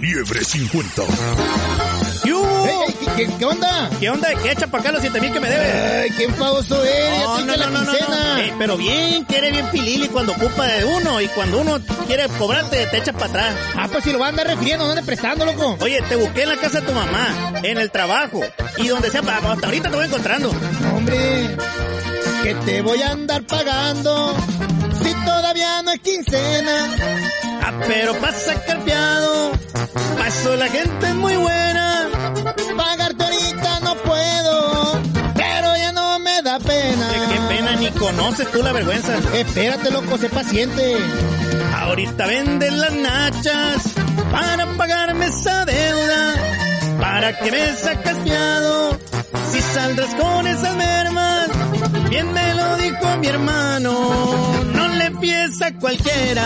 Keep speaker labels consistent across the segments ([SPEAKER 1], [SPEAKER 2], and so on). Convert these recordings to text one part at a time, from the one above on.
[SPEAKER 1] Liebre 50.
[SPEAKER 2] ¿Qué hubo?
[SPEAKER 3] Ey, ey, ¿qué- qué, qué onda?
[SPEAKER 2] ¿Qué onda? ¿Qué echa para acá los 7 mil que me debes?
[SPEAKER 3] Ay, qué enfadoso eres, ya
[SPEAKER 2] No,
[SPEAKER 3] te
[SPEAKER 2] no, no,
[SPEAKER 3] hice la
[SPEAKER 2] no, no,
[SPEAKER 3] quincena.
[SPEAKER 2] no. Ey, pero bien, quiere bien Filili cuando ocupa de uno y cuando uno quiere cobrarte te echa para atrás.
[SPEAKER 3] Ah, pues si lo van a andar refiriendo, ¿dónde prestando, loco?
[SPEAKER 2] Oye, te busqué en la casa de tu mamá, en el trabajo y donde sea, pa- hasta ahorita te voy encontrando.
[SPEAKER 3] Hombre, que te voy a andar pagando si todavía no es quincena.
[SPEAKER 2] Ah, pero pasa carpeado, paso la gente es muy buena.
[SPEAKER 3] Pagarte ahorita no puedo, pero ya no me da pena.
[SPEAKER 2] Qué qué pena, ni conoces tú la vergüenza.
[SPEAKER 3] Espérate, loco, sé paciente.
[SPEAKER 2] Ahorita venden las nachas para pagarme esa deuda. ¿Para que me sacas fiado? Si saldrás con esas mermas, bien me lo dijo mi hermano, no le empieza cualquiera.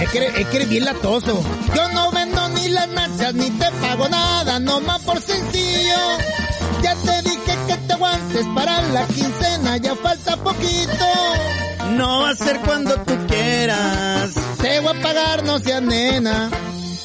[SPEAKER 3] Es que, eres- es que eres bien latoso. Yo no vendo ni las nachas ni te pago nada, nomás por sencillo. Ya te dije que te aguantes para la quincena, ya falta poquito.
[SPEAKER 2] No va a ser cuando tú quieras.
[SPEAKER 3] Te voy a pagar, no seas nena.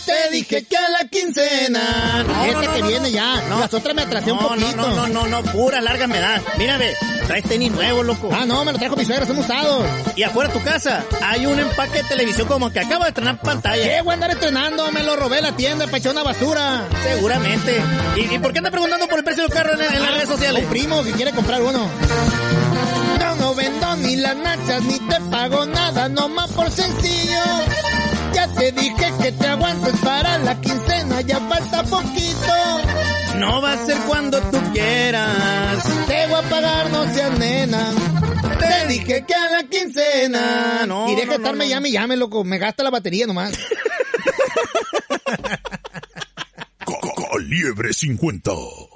[SPEAKER 3] Te dije que a la quincena.
[SPEAKER 2] No,
[SPEAKER 3] Esta
[SPEAKER 2] no,
[SPEAKER 3] que
[SPEAKER 2] no,
[SPEAKER 3] viene
[SPEAKER 2] no.
[SPEAKER 3] ya.
[SPEAKER 2] No.
[SPEAKER 3] Las otras me atrasé un
[SPEAKER 2] No, no,
[SPEAKER 3] poquito.
[SPEAKER 2] no, no, no, no, pura larga me da. Mírame, traes tenis nuevo, loco.
[SPEAKER 3] Ah, no, me lo trajo mi suegra, son usados.
[SPEAKER 2] Y afuera de tu casa hay un empaque de televisión como que acaba de estrenar pantalla.
[SPEAKER 3] ¿Qué voy a andar estrenando? Me lo robé de la tienda para echar una basura.
[SPEAKER 2] Seguramente. ¿Y, y por qué anda preguntando por el precio del carro en, en las redes sociales?
[SPEAKER 3] Un primo que quiere comprar uno. No, no vendo ni las nachas ni te pago nada, nomás por sencillo. Ya te dije que te aguantes para la quincena, ya falta poquito.
[SPEAKER 2] No va a ser cuando tú quieras.
[SPEAKER 3] Te voy a pagar, no seas nena. Te dije que a la quincena.
[SPEAKER 2] No,
[SPEAKER 3] y deja
[SPEAKER 2] no, no,
[SPEAKER 3] estarme
[SPEAKER 2] no.
[SPEAKER 3] llame y llame, loco. Me gasta la batería nomás.
[SPEAKER 1] Ca- ca- Liebre 50.